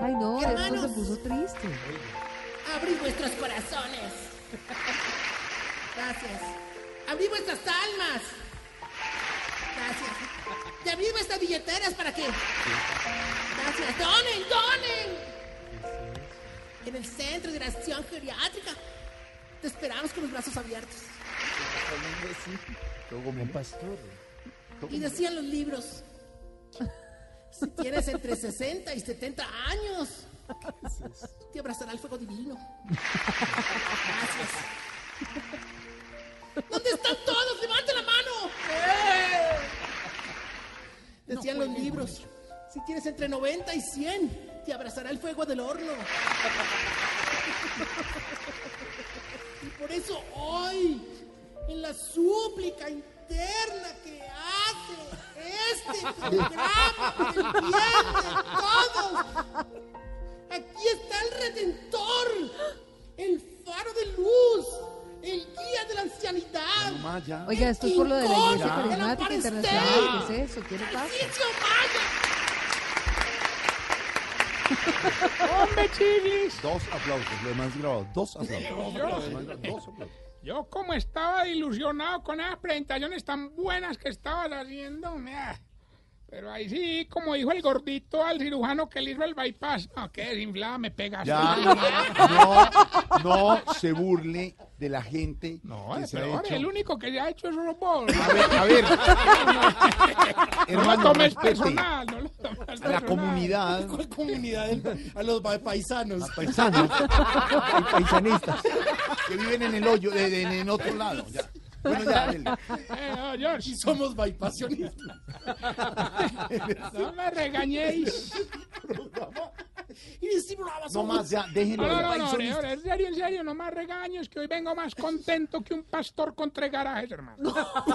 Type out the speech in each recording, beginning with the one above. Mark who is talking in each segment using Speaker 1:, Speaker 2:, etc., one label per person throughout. Speaker 1: Ay, no, esto se
Speaker 2: Hermanos.
Speaker 1: puso triste.
Speaker 2: Abrid vuestros corazones. Gracias. Abrid vuestras almas. Gracias. Y abrid vuestras billeteras para que. Gracias. Donen, donen. En el centro de la acción geriátrica. Te esperamos con los brazos abiertos. Y decían los libros. Si tienes entre 60 y 70 años, te abrazará el fuego divino. Gracias. ¿Dónde están todos? ¡Levante la mano! Decían los libros. Si tienes entre 90 y 100, te abrazará el fuego del horno. Y por eso hoy, en la súplica interna que hace este programa por el bien de todos, Aquí está el Redentor, el faro de luz, el guía de la ancianidad.
Speaker 1: Oiga, esto es por lo de la
Speaker 2: Quincón,
Speaker 1: Iglesia
Speaker 2: el
Speaker 1: Carismática
Speaker 2: Amparo
Speaker 1: Internacional.
Speaker 2: State.
Speaker 1: ¿Qué es eso? ¿Qué le pasa?
Speaker 2: ¡Tarcisio Maya!
Speaker 3: Dos aplausos, lo demás grabado. Dos aplausos. Lo demás grabado, Dos aplausos.
Speaker 4: Yo como estaba ilusionado con esas presentaciones tan buenas que estabas haciendo, me da- pero ahí sí, como dijo el gordito al cirujano que le hizo el bypass, no, que desinflada me pegas.
Speaker 3: Ya, no, no se burle de la gente
Speaker 4: No,
Speaker 3: que
Speaker 4: eh,
Speaker 3: se
Speaker 4: pero
Speaker 3: ha
Speaker 4: hombre,
Speaker 3: hecho.
Speaker 4: el único que ya ha hecho eso es vos.
Speaker 3: A ver, a ver.
Speaker 4: No lo
Speaker 3: Hermano,
Speaker 4: tomes
Speaker 3: respete
Speaker 4: personal, no lo tomes
Speaker 3: a la
Speaker 4: personal.
Speaker 3: comunidad,
Speaker 2: ¿Cuál comunidad? A los paisanos.
Speaker 3: a paisanos y paisanistas que viven en el hoyo, de- de- en otro lado. ya. Bueno, ya, dele.
Speaker 4: Eh, no, George,
Speaker 2: Somos bypassionistas.
Speaker 4: no me regañéis.
Speaker 2: Y decimos, ah,
Speaker 3: No
Speaker 2: somos-
Speaker 3: más, ya, déjenlo.
Speaker 4: No, no,
Speaker 3: ya.
Speaker 4: no, no, no, en serio, en serio, no más regaños, que hoy vengo más contento que un pastor con tres garajes, hermano.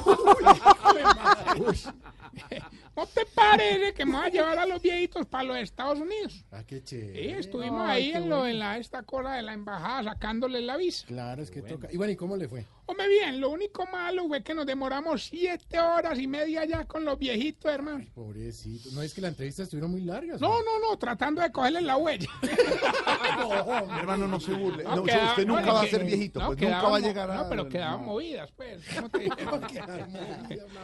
Speaker 4: ¿No te parece que me voy a llevar a los viejitos para los Estados Unidos?
Speaker 2: Ah, qué chévere.
Speaker 4: Sí, estuvimos ahí en, lo, en la, esta cosa de la embajada sacándole la visa.
Speaker 2: Claro, es que toca. Y bueno, ¿y cómo le fue?
Speaker 4: Hombre, bien, lo único malo fue que nos demoramos siete horas y media ya con los viejitos, hermano.
Speaker 2: Pobrecito. No es que la entrevista estuvieron muy largas.
Speaker 4: No, no, no, tratando de cogerle la huella.
Speaker 3: Hermano, no se burle. No,
Speaker 4: quedaba-
Speaker 3: usted nunca
Speaker 4: no,
Speaker 3: va a
Speaker 4: que-
Speaker 3: ser viejito,
Speaker 4: no,
Speaker 3: pues nunca
Speaker 4: quedaba
Speaker 3: va a
Speaker 4: mo-
Speaker 3: llegar a.
Speaker 4: No, pero quedaban
Speaker 3: no.
Speaker 4: movidas, pues. ¿cómo te digo?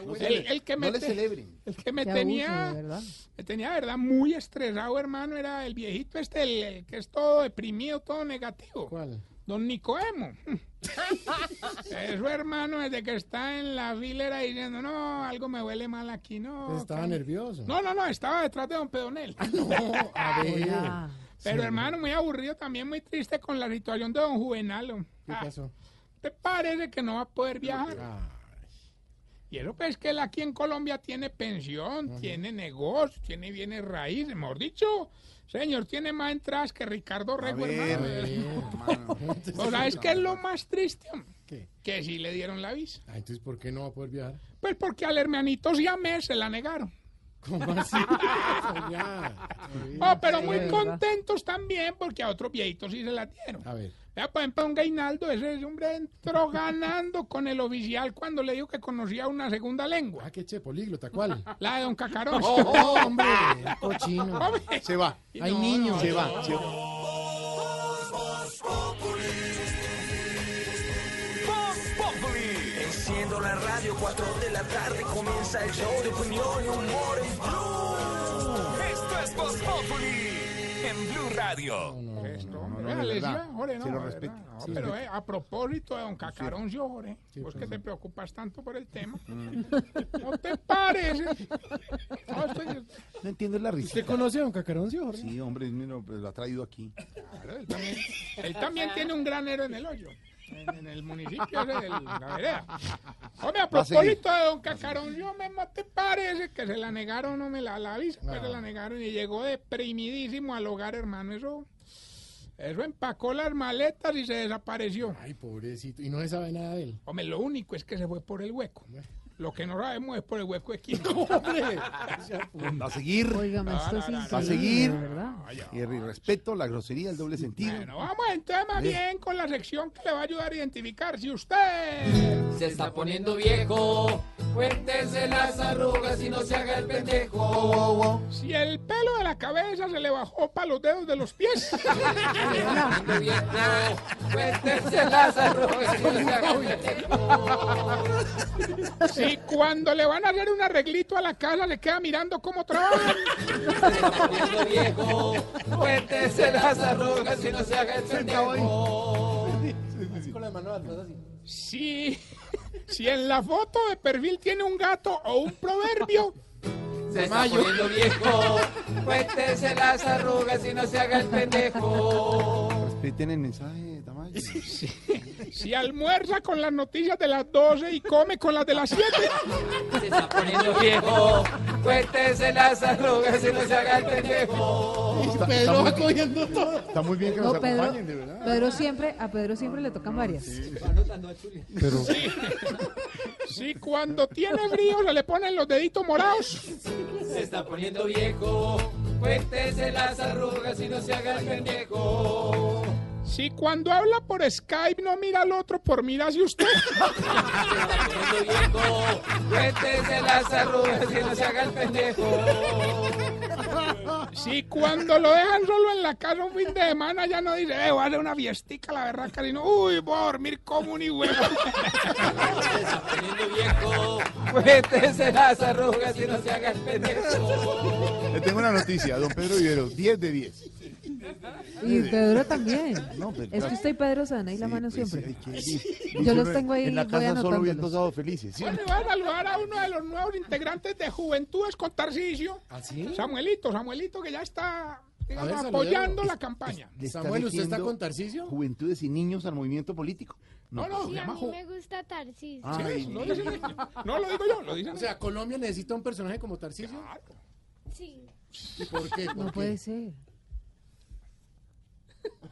Speaker 3: No se
Speaker 4: el,
Speaker 3: le-
Speaker 4: el que me
Speaker 3: no le
Speaker 4: te-
Speaker 3: celebren.
Speaker 4: El que me
Speaker 1: Qué abuso,
Speaker 4: tenía,
Speaker 1: de verdad.
Speaker 4: me tenía, de verdad, muy estresado, hermano, era el viejito este, el, el que es todo deprimido, todo negativo.
Speaker 2: ¿Cuál?
Speaker 4: Don Nicoemo. Eh, Su hermano, desde que está en la filera diciendo, no, algo me huele mal aquí, no.
Speaker 3: Pues
Speaker 2: Pues, Estaba
Speaker 4: que-
Speaker 2: nervioso.
Speaker 4: No, no, no, estaba detrás de don Pedonel.
Speaker 3: Ah,
Speaker 2: A ver.
Speaker 4: Pero hermano, muy aburrido, también muy triste con la situación de don Juvenal. hombre.
Speaker 2: ¿Qué
Speaker 4: Ah,
Speaker 2: pasó?
Speaker 4: ¿Te parece que no va a poder viajar? Y eso pues que él aquí en Colombia tiene pensión, tiene negocio, tiene bienes raíces, mejor dicho, señor, tiene más entradas que Ricardo Rego,
Speaker 3: ver,
Speaker 4: hermano. O sea, es que es lo más triste, hombre,
Speaker 2: ¿Qué?
Speaker 4: que sí le dieron la visa.
Speaker 2: Ah, entonces, ¿por qué no va a poder viajar?
Speaker 4: Pues porque al hermanito Siamés se la negaron.
Speaker 2: ¿Cómo así? Ya.
Speaker 4: Oh, pero muy
Speaker 1: ¿verdad?
Speaker 4: contentos también porque a otros viejitos sí se la dieron.
Speaker 2: A ver.
Speaker 4: Vea, por ejemplo, un Gainaldo, ese hombre entró ganando con el oficial cuando le dijo que conocía una segunda lengua,
Speaker 2: Ah, qué che, políglota, ¿cuál?
Speaker 4: la de Don Cacarón.
Speaker 2: ¡Oh, hombre! Cochino.
Speaker 3: Se va,
Speaker 2: Hay niños.
Speaker 3: se va, se va.
Speaker 5: Enciendo la radio, 4 de la tarde comienza el show de opinión y humor en Blue. Esto es Voz Populi en Blue Radio.
Speaker 4: Esto,
Speaker 3: no,
Speaker 4: vea,
Speaker 3: de
Speaker 4: le
Speaker 3: verdad,
Speaker 4: decía, Jorge, no,
Speaker 3: se lo
Speaker 4: de
Speaker 3: respeta,
Speaker 4: verdad, no,
Speaker 3: se lo
Speaker 4: pero eh, a propósito de Don Cacarón, yo, Jorge, vos que te preocupas tanto por el tema,
Speaker 3: Mm.
Speaker 4: ¿no te parece? No, estoy-
Speaker 3: No entiendo la risa.
Speaker 2: ¿Usted conoce a don Cacaroncio, Jorge?
Speaker 3: Sí, hombre, mira, pues, lo ha traído aquí.
Speaker 4: Claro, él también, él también tiene un granero en el hoyo. en, en el municipio de la vereda. Hombre, a propósito de don Cacarón, yo mismo te parece que se la negaron, no me la, la visa, pues se la negaron y llegó deprimidísimo al hogar, hermano, eso... Eso empacó las maletas y se desapareció.
Speaker 6: Ay, pobrecito. Y no se sabe nada de él.
Speaker 4: Hombre, lo único es que se fue por el hueco. Lo que no sabemos es por el hueco de quién.
Speaker 6: ¡Hombre!
Speaker 3: Va a seguir.
Speaker 1: Oiga, ma, esto es
Speaker 4: No, no, no,
Speaker 3: Va a
Speaker 1: increíble,
Speaker 3: seguir.
Speaker 1: de verdad.
Speaker 3: Y el irrespeto, la grosería, el doble sentido.
Speaker 4: Bueno, vamos entonces más bien con la sección que le va a ayudar a identificar si usted...
Speaker 7: Se está poniendo viejo. Cuéntese las arrugas y no se haga el pendejo. oh,
Speaker 4: Si el pelo de la cabeza se le bajó para los dedos de los pies.
Speaker 7: Poniendo viejo. Cuéntese las arrugas y no se haga el pendejo.
Speaker 4: si cuando le van a hacer un arreglito a la casa le queda mirando cómo trabaja.
Speaker 7: Se está poniendo viejo. Cuéntese las arrugas y no se haga el pendejo.
Speaker 4: Si, si en la foto de perfil tiene un gato o un proverbio.
Speaker 7: Se está poniendo viejo. Cuéntese las arrugas y no se haga el pendejo.
Speaker 3: Respeten el mensaje, Tamayo.
Speaker 4: Si almuerza con las noticias de las 12 y come con las de las 7.
Speaker 7: Se está poniendo viejo. Cuéntese las arrugas y no se haga el pendejo.
Speaker 6: Pedro va cogiendo todo.
Speaker 3: Está muy bien que nos
Speaker 1: No, Pedro,
Speaker 3: acompañen, de verdad.
Speaker 1: Pedro siempre, a Pedro siempre le tocan varias.
Speaker 6: Pero,
Speaker 4: Si cuando tiene frío se le ponen los deditos morados.
Speaker 7: Se está poniendo viejo. Cuéntese las arrugas y no se haga el pendejo.
Speaker 4: Si cuando habla por Skype no mira al otro por miras y usted.
Speaker 7: Poniendo viejo. Cuéntese las arrugas y no se haga el pendejo.
Speaker 4: Si cuando lo dejan solo en la casa un fin de semana ya no dice, eh, voy a hacer una fiestica, la verdad, cariño. Uy, voy a dormir como un huevo.
Speaker 7: Poniendo viejo. Cuéntese las arrugas y no se haga el pendejo.
Speaker 3: Le tengo una noticia, don Pedro Viveros, 10 de 10.
Speaker 1: Y Pedro también.
Speaker 3: No, pero-
Speaker 1: Es que usted y Pedro se dan ahí la
Speaker 3: Sí,
Speaker 1: mano
Speaker 3: pues,
Speaker 1: siempre.
Speaker 3: sí, hay que-
Speaker 1: Yo los tengo ahí,
Speaker 3: En la
Speaker 1: voy
Speaker 3: casa solo viendo
Speaker 1: anotándolos.
Speaker 3: sábados felices. ¿sí?
Speaker 4: Bueno, y voy a saludar a uno de los nuevos integrantes de Juventudes con Tarcisio.
Speaker 6: ¿así?
Speaker 4: Samuelito, Samuelito, que ya está digamos,
Speaker 6: ¿Ah, A ver,
Speaker 4: apoyando
Speaker 6: saludémoslo.
Speaker 4: la campaña.
Speaker 3: ¿Le está
Speaker 6: Samuel, ¿usted está
Speaker 3: metiendo
Speaker 6: con Tarcisio?
Speaker 3: Juventudes y niños al movimiento político.
Speaker 4: No, no, se
Speaker 8: Y a
Speaker 4: llama
Speaker 8: mí
Speaker 4: Ju-
Speaker 8: me gusta Tarsis.
Speaker 4: Ah.
Speaker 3: Ay,
Speaker 4: No, dice- no lo digo yo, lo dicen.
Speaker 6: O sea, Colombia necesita un personaje como Tarcisio.
Speaker 4: Claro.
Speaker 8: Sí.
Speaker 6: ¿Y por qué? ¿Por
Speaker 1: No
Speaker 6: qué?
Speaker 1: puede ser.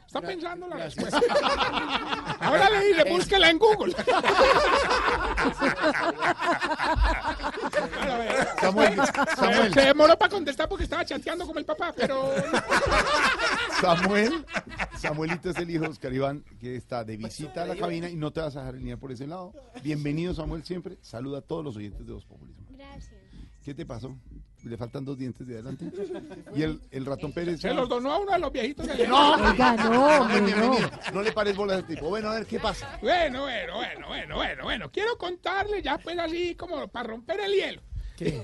Speaker 4: Está pensando la respuesta. Ahora le dice, búsquela en Google. Claro, a ver.
Speaker 3: Samuel, Samuel,
Speaker 4: Se demoró para contestar porque estaba chateando como el papá, pero
Speaker 3: Samuel, Samuelito es el hijo de Oscar Iván que está de
Speaker 6: Pues,
Speaker 3: visita a la cabina y no te vas a dejar línea por ese lado. Bienvenido, Samuel, siempre. Saluda a todos los oyentes de Voz Populi. Samuel.
Speaker 8: Gracias.
Speaker 3: ¿Qué te pasó? Le faltan dos dientes de adelante. Y el, el ratón Pérez.
Speaker 4: se los donó a uno de los viejitos. que le-
Speaker 1: Oiga, no,
Speaker 3: Samuel,
Speaker 1: hombre, no.
Speaker 3: bienvenido. No le pares bolas al tipo. Bueno, a ver qué pasa.
Speaker 4: Bueno, bueno, bueno, bueno, bueno, bueno. Quiero contarle ya pues así como para romper el hielo. De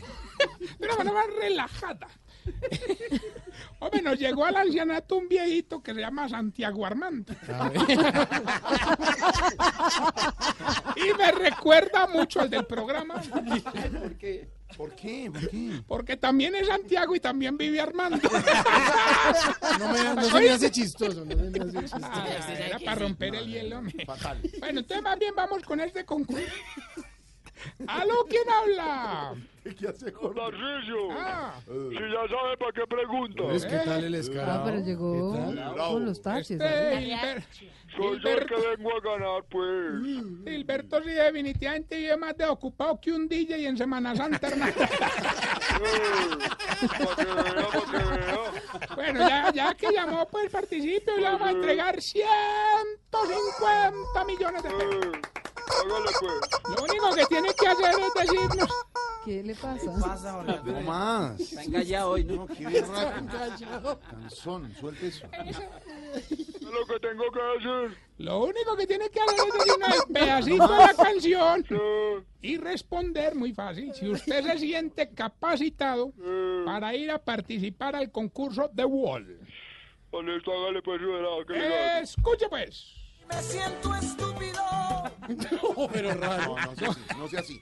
Speaker 4: una manera relajada. Hombre, nos llegó al ancianato un viejito que se llama Santiago Armando. y me recuerda mucho al del programa.
Speaker 3: ¿Por qué? ¿Por qué?
Speaker 4: Porque también es Santiago y también vive Armando.
Speaker 6: No, me, no se me hace chistoso. No se me hace chistoso.
Speaker 4: Ah, era para romper el hielo. hombre.
Speaker 3: Fatal.
Speaker 4: Bueno, entonces más bien vamos con este concurso. ¿Aló? ¿Quién habla?
Speaker 3: ¿Qué hace Jorge?
Speaker 4: Ah,
Speaker 6: Pues, ¿Qué tal el
Speaker 1: Ah, pero
Speaker 6: escarabajo?
Speaker 1: llegó con los taxis.
Speaker 4: este, Gilber- Gilberto, Gilberto sí definitivamente vive más de ocupado que un DJ en Semana Santa, hermano. Bueno, ya, ya que llamó por el participio, le vamos a entregar 150 millones de pesos. Lo único que tiene que hacer es decirnos...
Speaker 1: ¿Qué le pasa?
Speaker 3: No más.
Speaker 7: Venga ya hoy,
Speaker 3: No, qué berraco. Canzón, suelte eso.
Speaker 4: Lo único que tiene que hacer es decirnos el pedacito de la canción y responder muy fácil. Si usted se siente capacitado para ir a participar al concurso The Wall.
Speaker 7: pues,
Speaker 3: Eh.
Speaker 4: Escuche pues.
Speaker 5: Me siento estúpido.
Speaker 3: No, no sea así. No sea así.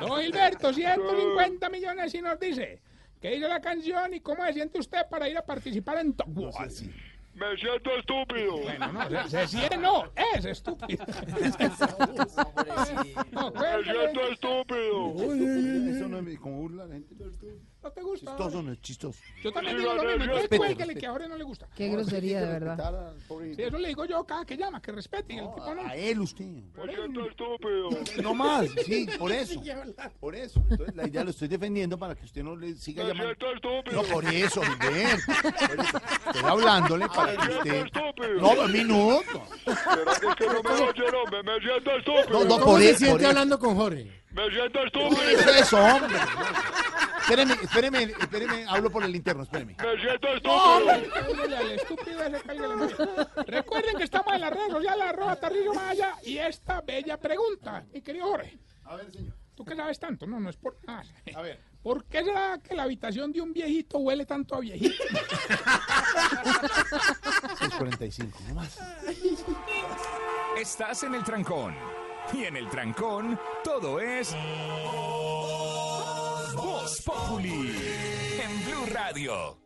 Speaker 4: Don Gilberto, 150 millones y nos dice qué dice la canción y cómo se siente usted para ir a participar en The Wall.
Speaker 7: Me siento estúpido.
Speaker 4: Bueno, no, se, se siente, no, es estúpido. No,
Speaker 7: Me siento
Speaker 4: cuélguele.
Speaker 7: estúpido.
Speaker 3: Eso no es como burla la gente.
Speaker 4: No te gusta.
Speaker 3: Chistoso no es chistoso.
Speaker 4: Yo también digo lo mismo, entonces cuélguele, que ahora no le gusta.
Speaker 9: Qué grosería, de verdad.
Speaker 4: Sí, eso le digo yo cada que llama, que respeten. el tipo no.
Speaker 3: A él usted.
Speaker 4: Por eso.
Speaker 7: Estúpido.
Speaker 3: No más, sí, por eso. Por eso. Entonces, la idea lo estoy defendiendo para que usted no le siga
Speaker 7: Me
Speaker 3: llamando.
Speaker 7: siento
Speaker 3: No,
Speaker 7: estúpido.
Speaker 3: por eso, Miguel. Por eso, Estoy hablándole para
Speaker 7: Me
Speaker 3: que
Speaker 7: siento
Speaker 3: usted.
Speaker 7: estúpido.
Speaker 3: No, dos minutos.
Speaker 7: ¿Será que es que no me oyeron? Me- Me siento estúpido.
Speaker 3: No, no,
Speaker 2: ¿Cómo
Speaker 3: por
Speaker 2: se
Speaker 3: eso.
Speaker 2: siente
Speaker 3: por eso.
Speaker 2: hablando con Jorge?
Speaker 7: Me siento
Speaker 3: ¿Qué
Speaker 7: estúpido.
Speaker 3: es eso, hombre? Espéreme, espéreme, espéreme, hablo por el interno, espéreme.
Speaker 7: Me siento
Speaker 4: No,
Speaker 7: estúpido.
Speaker 4: hombre, cállale al estúpido ese, cállale, hombre. Recuerden que estamos en las redes sociales, arroba Tarrillo Maya, y esta bella pregunta, mi querido Jorge.
Speaker 3: A ver, señor.
Speaker 4: ¿Tú qué sabes tanto? No, no es por nada.
Speaker 3: A ver.
Speaker 4: ¿Por qué será que la habitación de un viejito huele tanto a viejito?
Speaker 3: 45, no más.
Speaker 10: Estás en el trancón. Y en el trancón, todo es. Voz Populi. En Blue Radio.